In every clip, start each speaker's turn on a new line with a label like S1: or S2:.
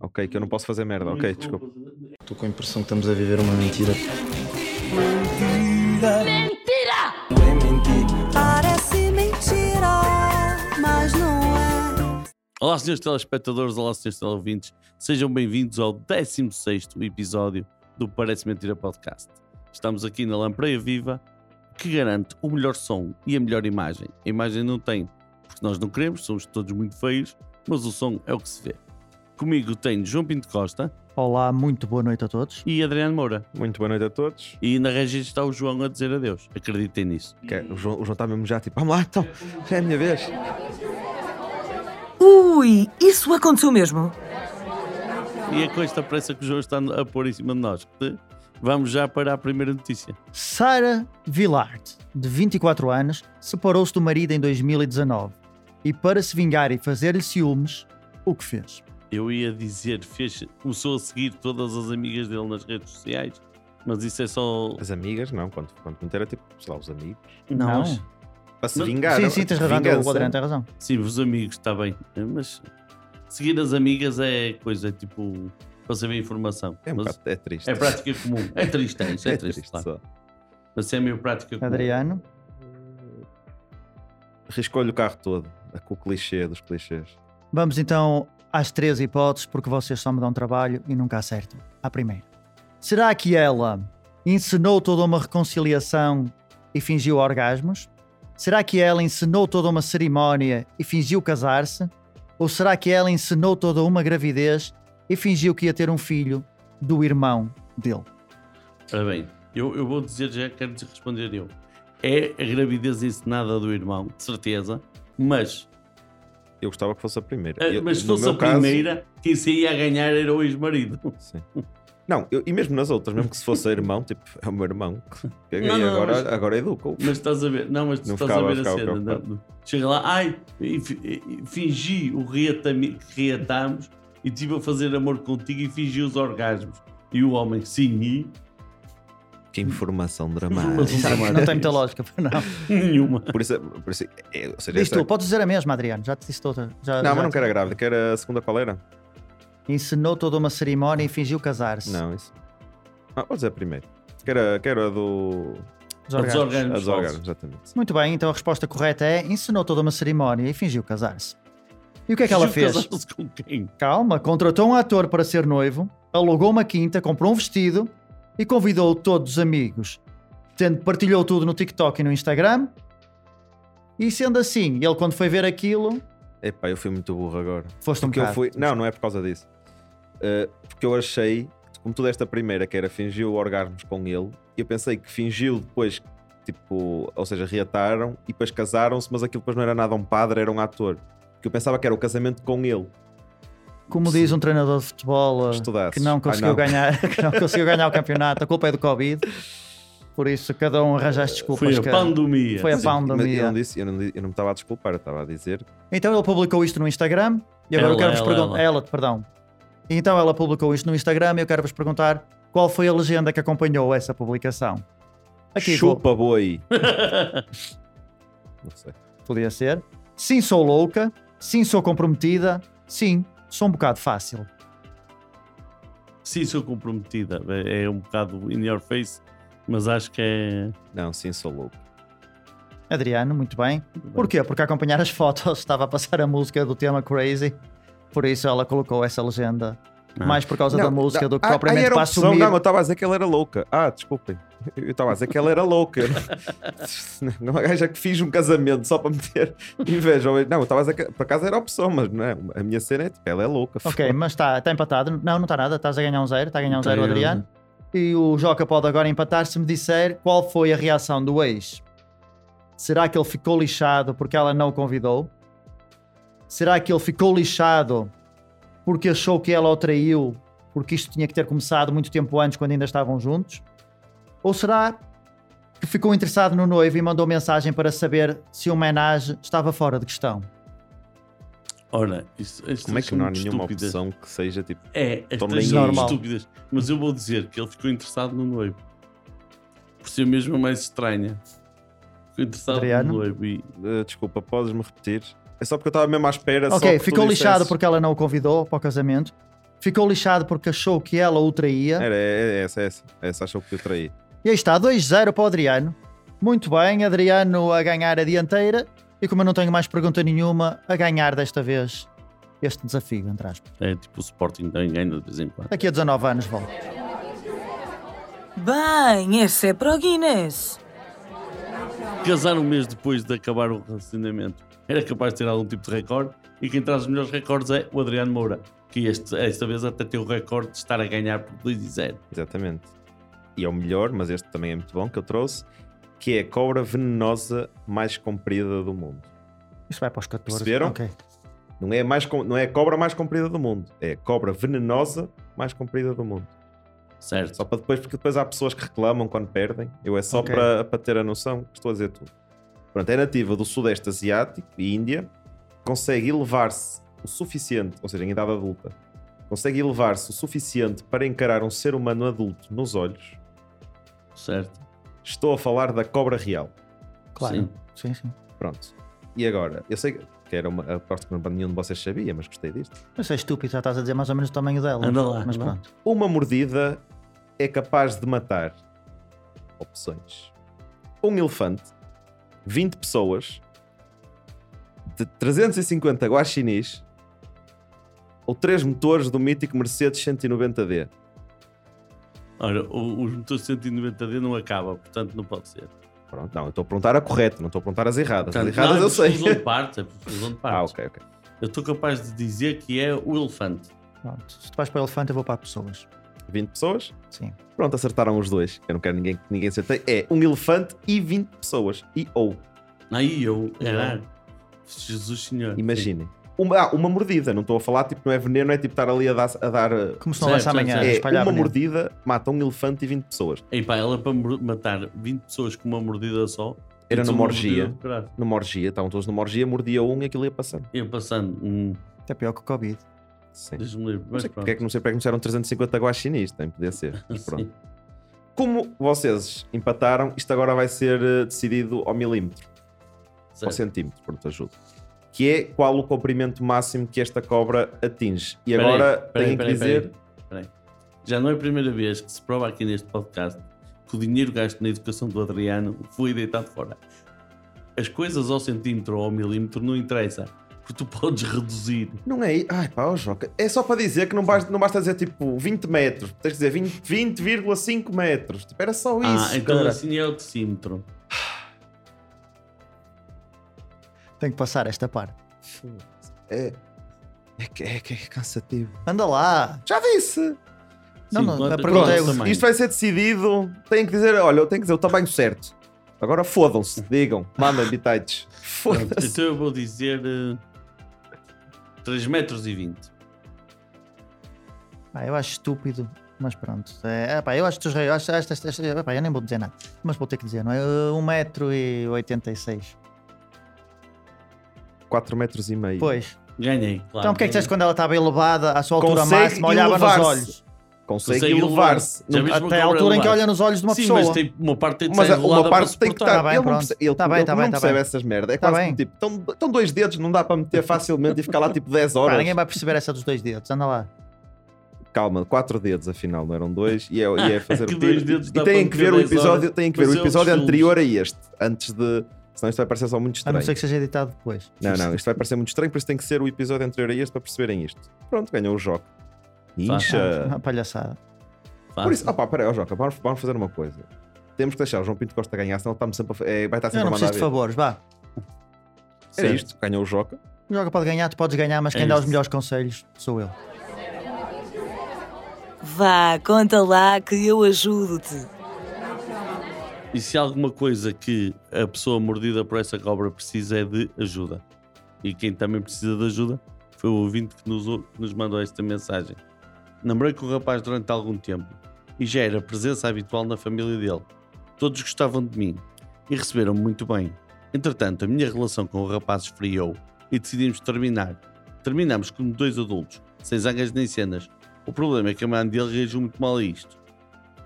S1: ok, que eu não posso fazer merda, ok, desculpa.
S2: Estou com a impressão que estamos a viver uma mentira.
S3: Mentira!
S4: Parece mentira, mas não é.
S5: Olá, senhores telespectadores, olá, senhores teleouvintes. Sejam bem-vindos ao 16º episódio do Parece Mentira Podcast. Estamos aqui na Lampreia Viva, que garante o melhor som e a melhor imagem. A imagem não tem, porque nós não queremos, somos todos muito feios, mas o som é o que se vê. Comigo tenho João Pinto Costa
S6: Olá, muito boa noite a todos.
S5: e Adriano Moura.
S1: Muito boa noite a todos.
S5: E na regia está o João a dizer adeus. Acreditem nisso.
S1: Que é- o João está mesmo já tipo, vamos lá então, já é a minha vez.
S7: Ui, isso aconteceu mesmo?
S5: E é com esta pressa que o João está a pôr em cima de nós. que Vamos já para a primeira notícia.
S6: Sara Villard, de 24 anos, separou-se do marido em 2019 e, para se vingar e fazer-lhe ciúmes, o que fez?
S5: Eu ia dizer, fez, começou a seguir todas as amigas dele nas redes sociais, mas isso é só. um
S1: As amigas, não, quando, quando muito era tipo, sei lá, os amigos.
S6: Não.
S5: Nós.
S1: Para se
S5: Não.
S1: vingar.
S6: sim,
S1: não?
S6: sim, tens
S5: um
S6: razão,
S1: Vingança.
S6: o Adriano tem razão.
S5: Sim, os amigos, está bem. Mas seguir as amigas é coisa, é tipo, para saber informação.
S1: É um
S5: Mas
S1: bocado, é triste.
S5: é prática comum. É triste, é isso, é triste, claro.
S1: só.
S5: Mas é meio prática comum.
S6: Adriano,
S1: Riscou-lhe o carro todo, com o clichê dos clichês.
S6: vamos então às três hipóteses, porque vocês só me dão trabalho e nunca acertam. À primeira. Será que ela ensinou toda uma reconciliação e fingiu orgasmos? Será que ela ensinou toda uma cerimónia e fingiu casar-se? Ou será que ela ensinou toda uma gravidez e fingiu que ia ter um filho do irmão dele?
S5: Ora bem, eu, eu vou dizer, já quero te responder eu. É a gravidez ensinada do irmão, de certeza, mas
S1: Eu gostava que fosse a primeira.
S5: Ah,
S1: Eu-
S5: mas se
S1: no
S5: fosse
S1: meu
S5: a
S1: caso-
S5: primeira, quem saía a ganhar era o ex-marido.
S1: Sim. Não, eu- e mesmo nas outras, mesmo que se fosse irmão, tipo, é o meu irmão. que- que- e
S5: Não, não,
S1: agora,
S5: mas-
S1: agora educa-o.
S5: Mas estás a ver, não, mas tu
S1: Não
S5: estás
S1: ficava-
S5: a ver a
S1: ficava
S5: cena. não-
S1: preocupado.
S5: não. Chega lá, ai, e fi- e- e fingi o reatami- que reatámos e estive a fazer amor contigo e fingi os orgasmos. E o homem, sim, e
S1: Que informação
S5: Informação
S1: dramática.
S6: Sabe, não tem muita lógica, não.
S5: é nenhuma.
S1: Por isso, por isso é, ou seja,
S6: Diz
S1: esta-
S6: tu, podes dizer a mesma, Adriano, já te disse toda. Já,
S1: Não,
S6: já
S1: mas não
S6: te-
S1: quero a grávida, quero a segunda qual era?
S6: Ensinou toda uma cerimónia e fingiu casar-se.
S1: Não, isso. Ah, vou dizer a primeira. Quero a, quero a do.
S6: Os orgasmos.
S5: Os
S1: A
S5: orgasmos.
S1: dos
S5: falsos.
S1: órgãos, exatamente.
S6: Muito bem, então a resposta correta é ensinou toda uma cerimónia e fingiu casar-se. E o que é que ela
S5: Fingiu
S6: fez?
S5: casar-se com quem?
S6: Calma, contratou um ator para ser noivo, alugou uma quinta, comprou um vestido e convidou todos os amigos. Tendo partilhou tudo no TikTok e no Instagram. E sendo assim, ele quando foi ver aquilo,
S1: Epá, eu fui muito burro agora.
S6: foste um
S1: Porque eu
S6: bocado.
S1: fui. Não, não é por causa disso. Uh, porque eu achei, como tu deste a primeira, que era fingiu orgasmos com ele, eu pensei que fingiu depois, tipo, ou seja, reataram e depois casaram-se, mas aquilo depois não era nada um padre, era um ator. Porque eu pensava que era o casamento com ele.
S6: Como diz um treinador de futebol eh,
S1: Estudasses.
S6: que não
S1: Ah,
S6: conseguiu
S1: não.
S6: ganhar, que não conseguiu ganhar o campeonato, a culpa é do Covid. Por isso cada um arranja as desculpas.
S5: Foi a
S6: que-
S5: pandemia.
S6: Foi a
S1: Mas
S5: Sim.
S1: é um eu não
S6: pandemia.
S1: disse, eu não, di- eu não me estava a desculpar, eu estava a dizer.
S6: Então ele publicou isto no Instagram e agora
S5: Ela,
S6: eu quero vos
S5: ela,
S6: perguntar. Ela, perdão. Então ela publicou isto no Instagram e eu quero vos perguntar qual foi a legenda que acompanhou essa publicação. Aqui vou-
S1: Chupa boi. não sei.
S6: podia ser. Sim, sou louca. Sim, sou comprometida. Sim, sou um bocado fácil.
S5: Sim, sou comprometida. É é um bocado in your face, mas acho que é.
S1: Não, sim, sou louco.
S6: Adriano, muito bem. Porquê? Porque a acompanhar as fotos estava a passar a música do tema Crazy. Por isso ela colocou essa legenda.
S5: Ah.
S6: Mais por causa da
S1: Não,
S6: música
S1: não.
S6: do que
S1: Ah, aí
S6: propriamente
S1: era
S6: para
S1: opção.
S6: assumir.
S1: Não, eu estava a dizer que ela era louca. Ah, desculpem. Eu estava a dizer que ela era louca. Eu não- Uma gaja que fiz um casamento só para meter inveja. ao ex- Não, eu estava a dizer que por acaso era opção, mas não é. A minha cena é tipo, ela é louca.
S6: Ok, mas está tá empatado. Não, não está nada. Estás a ganhar um zero. Está a ganhar um
S5: Tá
S6: zero,
S5: ganhar um
S6: Adriano. E o Joca pode agora empatar se me disser qual foi a reação do ex. Será que ele ficou lixado porque ela não o convidou? Será que ele ficou lixado porque achou que ela o traiu porque isto tinha que ter começado muito tempo antes, quando ainda estavam juntos? Ou será que ficou interessado no noivo e mandou mensagem para saber se o homenagem estava fora de questão?
S5: Ora, isso, estas
S1: Como é que
S5: são
S1: não há
S5: muito
S1: nenhuma
S5: estúpidas.
S1: opção que seja tipo.
S5: É,
S1: Também
S5: estas
S1: é
S5: são
S6: normal.
S5: estúpidas. Mas eu vou dizer que ele ficou interessado no noivo. Por ser mesmo a mais estranha. Ficou interessado
S6: Adriano?
S5: no noivo. E...
S1: eh, desculpa, podes-me repetir? É só porque eu estava mesmo à espera. só
S6: Ok,
S1: que tu
S6: ficou lixado
S1: dissesses.
S6: porque ela não o convidou para o casamento. Ficou lixado porque achou que ela o traía.
S1: Era, é, é essa, é essa. Essa achou que eu traí.
S6: E aí está, 2-0 para o Adriano. Muito bem, Adriano a ganhar a dianteira. E como eu não tenho mais pergunta nenhuma, a ganhar desta vez este desafio, entre aspas.
S5: É tipo o Sporting também ganha de vez em quando.
S6: Daqui a 19 anos volta.
S7: Bem, esse é para o Guinness.
S5: Casar um mês depois de acabar o relacionamento era capaz de ter algum tipo de recorde e quem traz os melhores recordes é o Adriano Moura, que este, esta vez até tem o recorde de estar a ganhar por 2 e 0.
S1: Exatamente. E é o melhor, mas este também é muito bom que eu trouxe, que é a cobra venenosa mais comprida do mundo.
S6: Isso vai para os 14.
S1: Perceberam?
S6: Ok.
S1: Não é, a mais, com- não é a cobra mais comprida do mundo, é a cobra venenosa mais comprida do mundo. Só
S5: Certo.
S1: para depois, porque depois há pessoas que reclamam quando perdem. Eu é só
S6: Ok.
S1: para, para ter a noção que estou a dizer tudo. Pronto, é nativa do Sudeste Asiático e Índia. Consegue elevar-se o suficiente, ou seja, em idade adulta, consegue elevar-se o suficiente para encarar um ser humano adulto nos olhos.
S5: Certo.
S1: Estou a falar da cobra real.
S6: Claro.
S5: Sim.
S6: Sim, sim.
S1: Pronto. E agora? Eu sei que era uma a parte que nenhum de vocês sabia, mas gostei disto.
S6: Mas é estúpido, já estás a dizer mais ou menos o tamanho dela.
S5: Anda lá,
S6: Mas
S5: anda lá.
S6: pronto.
S1: Uma mordida é capaz de matar opções. Um elefante, 20 pessoas, de 350 guaxinins ou três motores do mítico Mercedes 190D.
S5: Ora, o- os motores 190D não acaba, portanto não pode ser.
S1: Pronto, não, eu estou a perguntar a correta, não estou a perguntar as erradas.
S5: Portanto,
S1: as erradas
S5: não,
S1: eu sei.
S5: É por partes, é por de
S1: Ah,
S5: partes.
S1: ok, ok.
S5: Eu estou capaz de dizer que é o elefante.
S6: pronto. Se tu vais para o elefante, eu vou para pessoas.
S1: 20 pessoas.
S6: Sim.
S1: Pronto, acertaram os dois. Eu não quero ninguém que ninguém acertei. É um elefante e 20 pessoas. E ou.
S5: Aí eu, caralho. Jesus Senhor.
S1: Imaginem. Uma, ah, uma mordida, não estou a falar, tipo, não é veneno, não é tipo estar ali a dar. A dar uh,
S6: Como se não
S5: Certo,
S6: lança
S5: certo,
S6: amanhã,
S5: certo.
S6: a
S1: é,
S6: espalhar
S1: uma
S6: veneno.
S1: mordida mata um elefante e 20 pessoas.
S5: E pá, ela para mor- matar 20 pessoas com uma mordida só.
S1: Era
S5: isso é
S1: numa
S5: uma mordida
S1: orgia.
S5: do caralho.
S1: Numa orgia, estavam todos numa orgia, mordia um e aquilo ia passando.
S5: Ia passando, hum,
S6: Até pior que o Covid.
S1: Sim.
S5: deixa-me livre.
S1: Não
S5: Mas
S1: sei
S5: pronto. Assim,
S1: porque é que não sei porque é que começaram 350 guaxinins, tem, podia ser. Mas
S5: Sim.
S1: pronto. Como vocês empataram, isto agora vai ser eh, decidido ao milímetro, ao
S5: Certo.
S1: centímetro, pronto, ajuda. Que é qual o comprimento máximo que esta cobra atinge. E
S5: Peraí,
S1: agora
S5: peraí,
S1: têm
S5: peraí,
S1: que dizer.
S5: peraí, peraí. Já não é a primeira vez que se prova aqui neste podcast que o dinheiro gasto na educação do Adriano foi deitado fora. As coisas ao centímetro ou ao milímetro não interessa, porque tu podes reduzir.
S1: Não é. Ai pá, ó Joca. É só para dizer que não basta, não basta dizer tipo 20 metros. Tens que dizer 20 20,5 metros. Tipo, era só isso.
S5: ah, então
S1: cara.
S5: assim é o decímetro.
S6: Tenho que passar esta parte.
S1: É, é, que- é, que é cansativo.
S6: Anda lá.
S1: Já disse!
S6: Não,
S5: Sim,
S6: não,
S5: quanto-
S6: a pergunta é
S5: quanto
S6: o-
S5: tamanho?
S1: Isto vai ser decidido. Tenho que dizer, olha, eu tenho que dizer o tamanho certo. Agora fodam-se, digam, mandem bitites.
S5: Pronto,
S1: Foda-se.
S5: Então eu vou dizer 3 metros e 20.
S6: Pá, eu acho estúpido, mas pronto. É, é, pá, eu acho que os reis. Eu, acho- acho- acho- acho- pá, eu nem vou dizer nada, mas vou ter que dizer, não é? 1,86m.
S1: 4 metros e meio.
S6: Pois.
S5: Ganhei, claro.
S6: então, porque é que disseste quando ela estava elevada à sua altura
S1: Consegue
S6: máxima, olhava nos
S1: elevar-se.
S6: olhos?
S1: Consegue,
S5: Consegue
S1: elevar-se.
S5: elevar-se. Já
S1: Não-
S5: viste?
S6: Até à altura em que olha nos olhos de uma
S5: Sim,
S6: pessoa.
S5: mas é tem uma parte tem de
S1: Mas
S5: ser
S1: a- uma
S5: regulada para
S1: parte tem que
S5: suportar.
S1: estar.
S6: Tá bem,
S1: ele não
S6: pronto.
S1: perce- ele-
S6: Tá bem,
S1: ele
S6: tá
S1: não
S6: bem, tá
S1: percebe
S6: bem.
S1: essas merdas. É
S6: Tá
S1: quase
S6: bem.
S1: como, tipo, estão, estão dois dedos, não dá para meter facilmente e ficar lá tipo 10
S6: Pá,
S1: horas.
S6: ninguém vai perceber essa dos dois dedos, anda lá.
S1: Calma, quatro dedos afinal, não eram dois, e é, e é fazer
S5: Que
S1: o
S5: dois
S1: tiro.
S5: dedos dá
S1: E têm
S5: para
S1: que
S5: meter
S1: ver o
S5: dez
S1: episódio,
S5: horas.
S1: têm que ver o
S5: Mas é um
S1: episódio
S5: filme.
S1: anterior a este, antes de. Senão isto vai parecer só muito
S6: A Ah, não
S1: estranho.
S6: ser que seja editado depois. Ah,
S1: Não, não, isto vai parecer muito estranho, por isso tem que ser o episódio anterior a este para perceberem isto. Pronto, ganhou o Joca.
S6: Ah,
S1: Incha!
S6: Uma palhaçada.
S5: Fácil.
S1: Por isso, opá, peraí, ó Joca, vamos, vamos fazer uma coisa. Temos que deixar o João Pinto Costa ganhar, senão estamos sempre a, fa- é, vai estar
S6: Eu
S1: sempre
S6: não
S1: a mandar.
S6: preciso de
S1: ver.
S6: favores,
S1: Era
S6: vá.
S5: Certo.
S1: isto, ganhou o Joca.
S6: O Joga pode ganhar, tu podes ganhar, mas
S5: É
S6: quem dá os
S5: isso.
S6: melhores conselhos sou eu.
S7: Vá, conta lá que eu ajudo-te.
S5: E se há alguma coisa que a pessoa mordida por essa cobra precisa é de ajuda. E quem também precisa de ajuda foi o ouvinte que nos, que nos mandou esta mensagem. Namorei com o rapaz durante algum tempo e já era presença habitual na família dele. Todos gostavam de mim e receberam-me muito bem. Entretanto, a minha relação com o rapaz esfriou e decidimos terminar. Terminamos como dois adultos, sem zangas nem cenas. O problema é que a mãe dele reagiu muito mal a isto.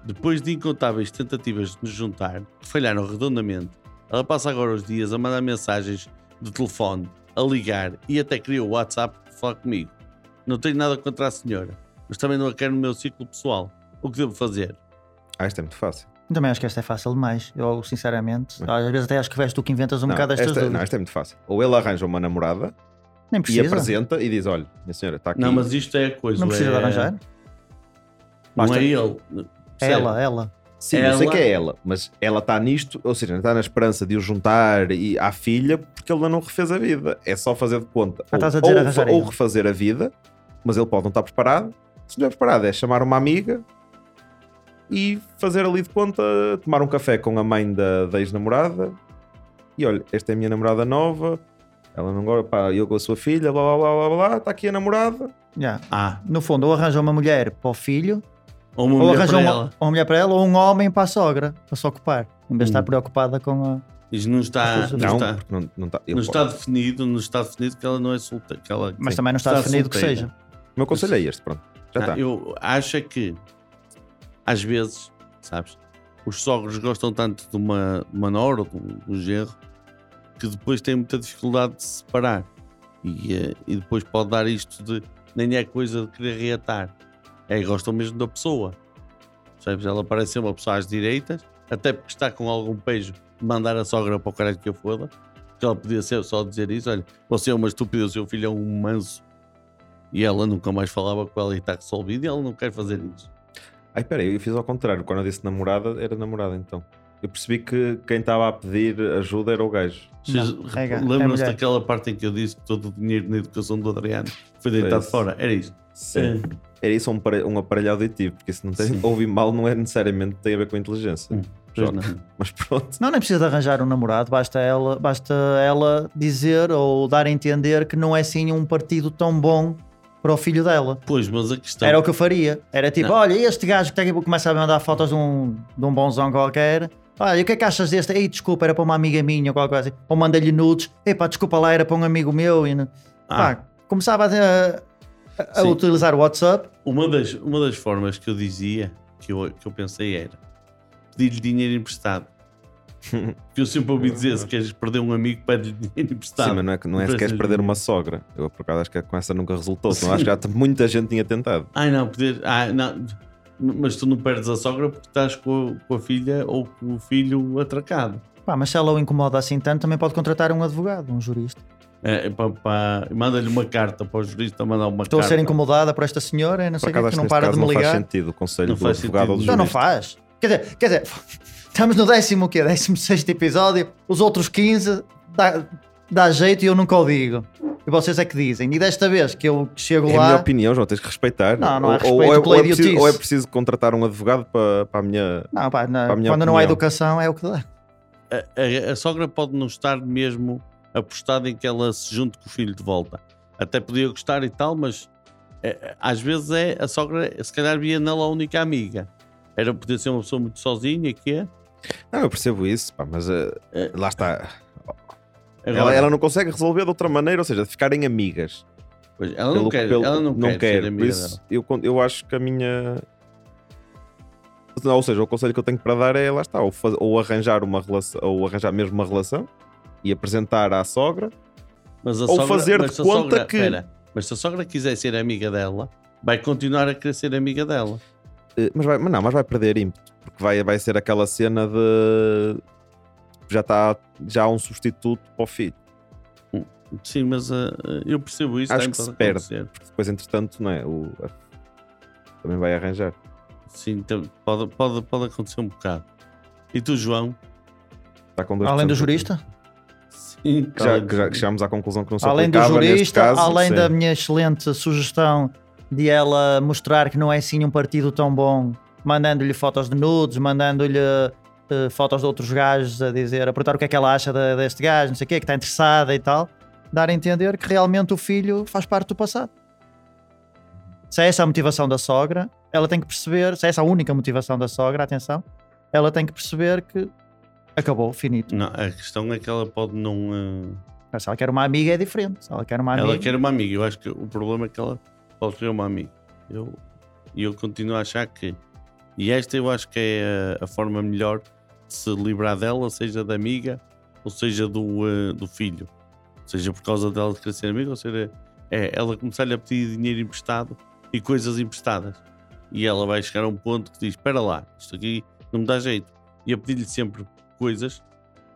S5: Depois de incontáveis tentativas de nos juntar, que falharam redondamente, ela passa agora os dias a mandar mensagens de telefone, a ligar e até criou o WhatsApp para falar comigo. Não tenho nada contra a senhora, mas também não a quero no meu ciclo pessoal. O que devo fazer?
S1: Ah, isto é muito fácil.
S6: Também acho que esta é fácil demais. Eu, sinceramente, às vezes até acho que veste tu que inventas um
S1: não,
S6: bocado estas
S1: esta,
S6: dúvidas.
S1: não, isto é muito fácil. Ou ele arranja uma namorada
S6: Nem
S1: e
S6: precisa.
S1: apresenta e diz: olha, minha senhora, está aqui.
S5: Não, mas isto é coisa.
S6: Não precisa
S5: é...
S6: de arranjar.
S5: Não
S1: Basta-
S5: é ele. Percebe?
S6: Ela, ela.
S1: Sim, eu sei
S5: ela-
S1: que é ela, mas ela está nisto, ou seja, está na esperança de o juntar e, à filha porque ele ainda não refez a vida. É só fazer de conta.
S6: Ah, estás a dizer
S1: ou,
S6: arranjar
S1: ou
S6: ele.
S1: refazer a vida, mas ele pode não estar preparado. Se não é preparado, é chamar uma amiga e fazer ali de conta, tomar um café com a mãe da, da ex-namorada. E olha, esta é a minha namorada nova, ela não gosta, pá, eu com a sua filha, blá blá blá blá blá, está aqui a namorada.
S6: Já.
S5: Ah,
S6: No fundo, ou arranja uma mulher para o filho,
S5: ou uma
S6: ou
S5: mulher
S6: arranja
S5: para
S6: um-
S5: ela.
S6: uma mulher para ela, ou um homem para a sogra, para se ocupar. Em vez de
S5: Hum.
S6: estar preocupada com a.
S5: Isto não
S6: Não,
S5: está, não,
S1: Não,
S5: está,
S1: porque não, não está. eu
S5: não
S1: posso.
S5: está definido, não está definido que ela não é solteira. Que ela,
S6: Mas
S5: Sim.
S6: também não está, definido que
S5: solteira.
S6: seja.
S1: O meu conselho é este, pronto. Já
S5: Ah,
S1: está.
S5: Eu acho é que às vezes, sabes, os sogros gostam tanto de uma, de uma nora ou de um, de um genro que depois têm muita dificuldade de se separar. E, eh, e depois pode dar isto de nem é coisa de querer reatar. É, gostam mesmo da pessoa. Sabes, ela parece ser uma pessoa às direitas, até porque está com algum pejo de mandar a sogra para o caralho que eu foda. Que ela podia ser só dizer isso: olha, você é uma estúpida, o seu filho é um manso. E ela nunca mais falava com ela e está resolvido e ela não quer fazer isso.
S1: Ai, peraí, eu fiz ao contrário. Quando eu disse namorada, era namorada então. Eu percebi que quem estava a pedir ajuda era o gajo.
S5: Vocês
S6: Não, é ga- é
S5: rep- Lembram-se
S6: mulher.
S5: daquela parte em que eu disse que todo o dinheiro na educação do Adriano foi deitado
S1: isso.
S5: fora? Era isso.
S1: Sim. Era isso um, apare- um aparelho auditivo, porque se não tem,
S5: Sim.
S1: ouvir mal não é necessariamente tem a ver com inteligência.
S5: Hum. Pois não.
S1: Mas pronto.
S6: Não, nem precisa de arranjar um namorado, basta ela, basta ela dizer ou dar a entender que não é assim um partido tão bom para o filho dela.
S5: Pois, mas a questão.
S6: Era o que eu faria. Era tipo,
S5: Não.
S6: olha, este gajo que daqui a pouco começa a mandar fotos de um, de um bonzão qualquer. Olha, o que é que achas deste? Ei, desculpa, era para uma amiga minha ou qualquer coisa assim. Ou mandei-lhe nudes. Ei, pá, desculpa lá, era para um amigo meu. E, não-
S5: Ah.
S6: Pá, começava a, a- a
S5: Sim.
S6: utilizar o WhatsApp.
S5: Uma das, uma das formas que eu dizia, que eu, que eu pensei era pedir-lhe dinheiro emprestado. Porque eu sempre ouvi dizer: se queres perder um amigo, pede-lhe dinheiro
S6: Tá.
S5: emprestado.
S1: Sim, mas não é, que- não é se
S5: Parece
S1: queres
S5: mesmo.
S1: perder uma sogra. Eu, por acaso, acho que com essa nunca resultou. Senão acho que já t- muita gente tinha tentado.
S5: Ai não, poder. Ai, não. Mas tu não perdes a sogra porque estás com a, com a filha ou com o filho atracado.
S6: Pá, mas se ela o incomoda assim tanto, também pode contratar um advogado, um jurista.
S5: É, pá, pá, Manda-lhe uma carta para o jurista mandar uma
S6: Estou a
S5: carta.
S6: ser incomodada por esta senhora, é não
S1: Por
S6: sei o que,
S1: acaso,
S6: que
S1: acho que
S6: não
S1: neste
S6: para
S1: caso
S6: de me
S1: não faz
S6: ligar.
S1: sentido o conselho
S5: Não
S1: do
S5: faz
S1: advogado ou do
S5: sentido.
S6: Então não
S1: jurista.
S6: faz. Quer dizer, quer dizer, estamos no décimo quê? Décimo sexto episódio, os outros 15 dá, dá jeito e eu nunca o digo. E vocês é que dizem. E desta vez que eu chego
S1: É a minha
S6: lá,
S1: opinião, João, tens que respeitar.
S6: Não, não há
S1: ou,
S6: respeito
S1: ou é, ou
S6: pela
S1: é preciso,
S6: idiotice.
S1: ou é preciso contratar um advogado para, para a minha.
S6: não, pá, não,
S1: Para a
S6: quando
S1: minha
S6: não
S1: opinião.
S6: há educação é o que dá.
S5: a, a- a sogra pode não estar mesmo apostada em que ela se junte com o filho de volta. Até podia gostar e tal, mas eh, às vezes é a sogra, se calhar via nela a única amiga. Era poder ser uma pessoa muito sozinha, que é.
S1: Não, eu percebo isso, pá, mas eh,
S5: É.
S1: lá está.
S5: Agora,
S1: ela,
S5: ela,
S1: ela não consegue resolver de outra maneira, ou seja, de ficarem amigas.
S5: pois, ela não
S1: Pelo-
S5: quer,
S1: pelo-
S5: ela não, quer, ser
S1: Por
S5: amiga
S1: isso,
S5: dela.
S1: eu, con- eu acho que a minha. Não, ou seja, o conselho que eu tenho para dar é lá está, ou, faz- ou arranjar uma relação, ou arranjar mesmo uma relação e apresentar à sogra.
S5: Mas a
S1: ou fazer
S5: mas
S1: de
S5: se a sogra-
S1: conta que-
S5: espera, mas se a sogra quiser ser amiga dela, vai continuar a querer ser amiga dela.
S1: eh, Mas, vai, mas não, mas vai perder ímpeto, porque vai, vai ser aquela cena de já está já há um substituto para o filho.
S5: Sim, mas ah, ah, eu percebo isso.
S1: Acho
S5: também
S1: que se
S5: pode
S1: perde.
S5: acontecer.
S1: Porque depois, entretanto, não é? O, a- também vai arranjar.
S5: Sim, então, pode, pode, pode acontecer um bocado. E tu, João?
S1: Está com dois
S6: Além do
S1: porcento.
S6: jurista,
S5: Sim,
S1: Que já, que já- que chegámos à conclusão que não se
S6: além do
S1: aplicava neste
S6: jurista,
S1: caso,
S6: além
S1: sim.
S6: da minha excelente sugestão de ela mostrar que não é assim um partido tão bom, mandando-lhe fotos de nudes, mandando-lhe eh, fotos de outros gajos a dizer, a perguntar o que é que ela acha de- deste gajo, não sei o quê, que está interessada e tal, dar a entender que realmente o filho faz parte do passado. Se é essa a motivação da sogra, ela tem que perceber, se é essa a única motivação da sogra, atenção, ela tem que perceber que acabou, finito.
S5: Não, a questão é que ela pode não. eh,
S6: Agora, Se ela quer uma amiga é diferente, se ela quer uma amiga...
S5: Ela quer uma amiga. Eu acho que o problema é que ela pode querer uma amiga. Eu, e eu continuo a achar que. E esta eu acho que é a, a forma melhor de se livrar dela, seja da amiga ou seja do, eh, do filho. Seja por causa dela de querer ser amiga ou seja é, ela começar-lhe a pedir dinheiro emprestado e coisas emprestadas. E ela vai chegar a um ponto que diz: Espera lá, isto aqui não me dá jeito. E eu pedi-lhe sempre coisas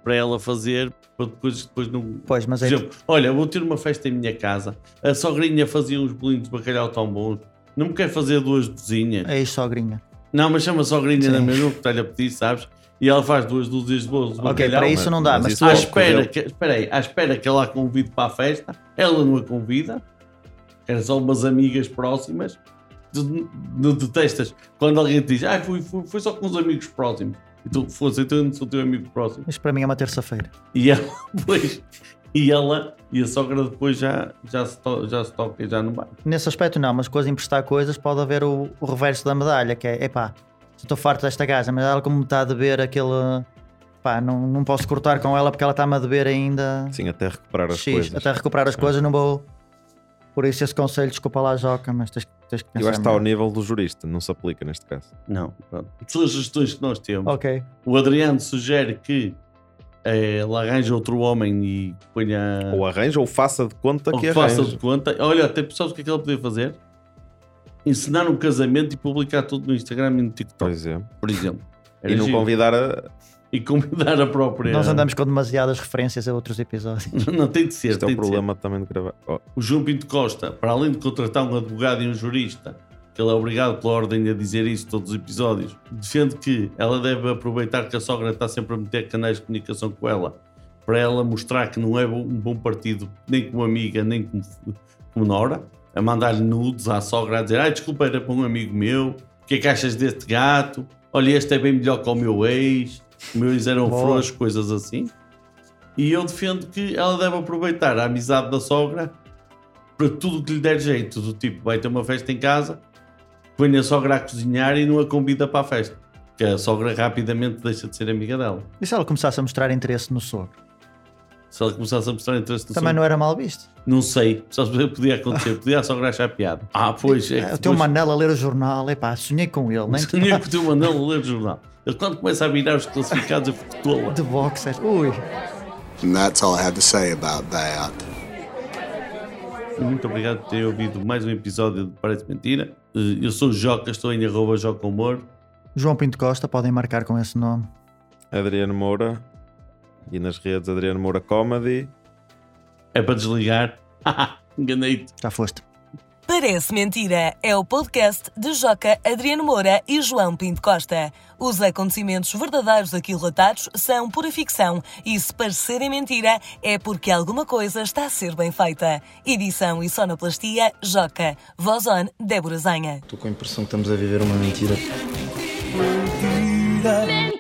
S5: para ela fazer, para depois, depois não.
S6: Pois, mas
S5: Por
S6: é.
S5: exemplo, olha, vou ter uma festa em minha casa, a sogrinha fazia uns bolinhos de bacalhau tão bons, não me quer fazer duas dozinhas.
S6: É isto, sogrinha.
S5: Não, mas chama a sogrinha
S6: Sim.
S5: da mesma, que está-lhe a pedir, sabes? E ela faz duas dúzias de bolos de
S6: Ok,
S5: bacalhau.
S6: para isso não dá,
S1: mas
S6: mas
S1: isso é
S6: tu.
S5: À
S1: Bom,
S5: espera,
S1: correu.
S5: que, espera aí, à espera que ela a convide para a festa, ela não a convida, eram só umas amigas próximas. Tu n- não detestas quando alguém te diz, ah, fui, fui, fui só com os amigos próximos. E tu, fosse, então eu não sou teu amigo próximo.
S6: Isto para mim é uma terça-feira.
S5: E ela depois, e ela e a sogra depois já, já, se, to, já se toca e já não vai.
S6: Nesse aspecto, não, mas coisa emprestar coisas pode haver o, o reverso da medalha, que é epá, estou farto desta gaja, mas ela como me está a deber aquele. pá, não, não posso cortar com ela porque ela está-me a deber ainda
S1: Sim, até recuperar as
S6: X.
S1: coisas.
S6: Até recuperar as coisas, não vou. Por isso, esse conselho, desculpa lá, Joca, mas tens, tens que pensar.
S1: Eu acho que está ao
S6: melhor.
S1: nível do jurista, não se aplica neste caso.
S5: Não, pronto. São as sugestões que nós temos.
S6: Ok.
S5: O Adriano sugere que eh, ela arranje outro homem e
S6: É.
S5: ponha.
S1: Ou arranja ou faça de conta
S5: Ou
S1: que
S5: que faça de
S1: arranja.
S5: conta. Olha, até sabes o que é que ela podia fazer? Ensinar um casamento e publicar tudo no Instagram e no
S1: Por
S5: TikTok,
S1: exemplo.
S5: por exemplo. Era
S6: É
S1: E não
S5: giro.
S1: convidar a.
S5: E convidar a
S1: É.
S5: própria.
S6: Nós andamos com demasiadas referências a outros episódios.
S5: Não tem de ser.
S1: Isto é
S5: tem
S1: um
S5: de ser.
S1: problema também de gravar. Oh,
S5: O João Pinto Costa, para além de contratar um advogado e um jurista, que ele é obrigado pela ordem a dizer isso todos os episódios, defende que ela deve aproveitar que a sogra está sempre a meter canais de comunicação com ela, para ela mostrar que não é bo- um bom partido, nem como amiga, nem como, f- como nora, a mandar-lhe nudes à sogra a dizer: Ai, desculpa, era para um amigo meu, o que é que achas deste gato? Olha, este é bem melhor que o meu ex, o meu ex era um
S6: Boa.
S5: frouxo, coisas assim. E eu defendo que ela deve aproveitar a amizade da sogra para tudo que lhe der jeito. Do tipo, vai ter uma festa em casa, põe a sogra a cozinhar e não a convida para a festa. Que a sogra rapidamente deixa de ser amiga dela.
S6: E se ela começasse a mostrar interesse no sogro?
S5: Se ela começasse a mostrar interesse no
S6: Também
S5: sogro,
S6: não era mal visto.
S5: não sei. Só se podia acontecer. Podia a sogra achar piada. Ah, pois.
S6: Ah,
S5: É que
S6: o teu
S5: depois-
S6: Manel a ler o jornal, epá, sonhei com ele, nem
S5: Tinha que o teu Manel ler o jornal. Ele quando começa a virar os classificados, eu fico tola.
S6: de boxer. Ui,
S3: And that's all I have to say about that.
S5: E Muito obrigado por terem ouvido mais um episódio de Parece Mentira. Eh, Eu sou o Joca, estou em arroba Joca Humor.
S6: João Pinto Costa, podem marcar com esse nome.
S1: Adriano Moura. E nas redes Adriano Moura Comedy.
S5: É para desligar. Enganei-te.
S6: Já foste.
S7: Parece Mentira é o podcast de Joca, Adriano Moura e João Pinto Costa. Os acontecimentos verdadeiros aqui relatados são pura ficção e se parecerem mentira é porque alguma coisa está a ser bem feita. Edição e sonoplastia, Joca. Voz on, Débora Zanha.
S2: Estou com a impressão que estamos a viver uma mentira.
S8: Mentira.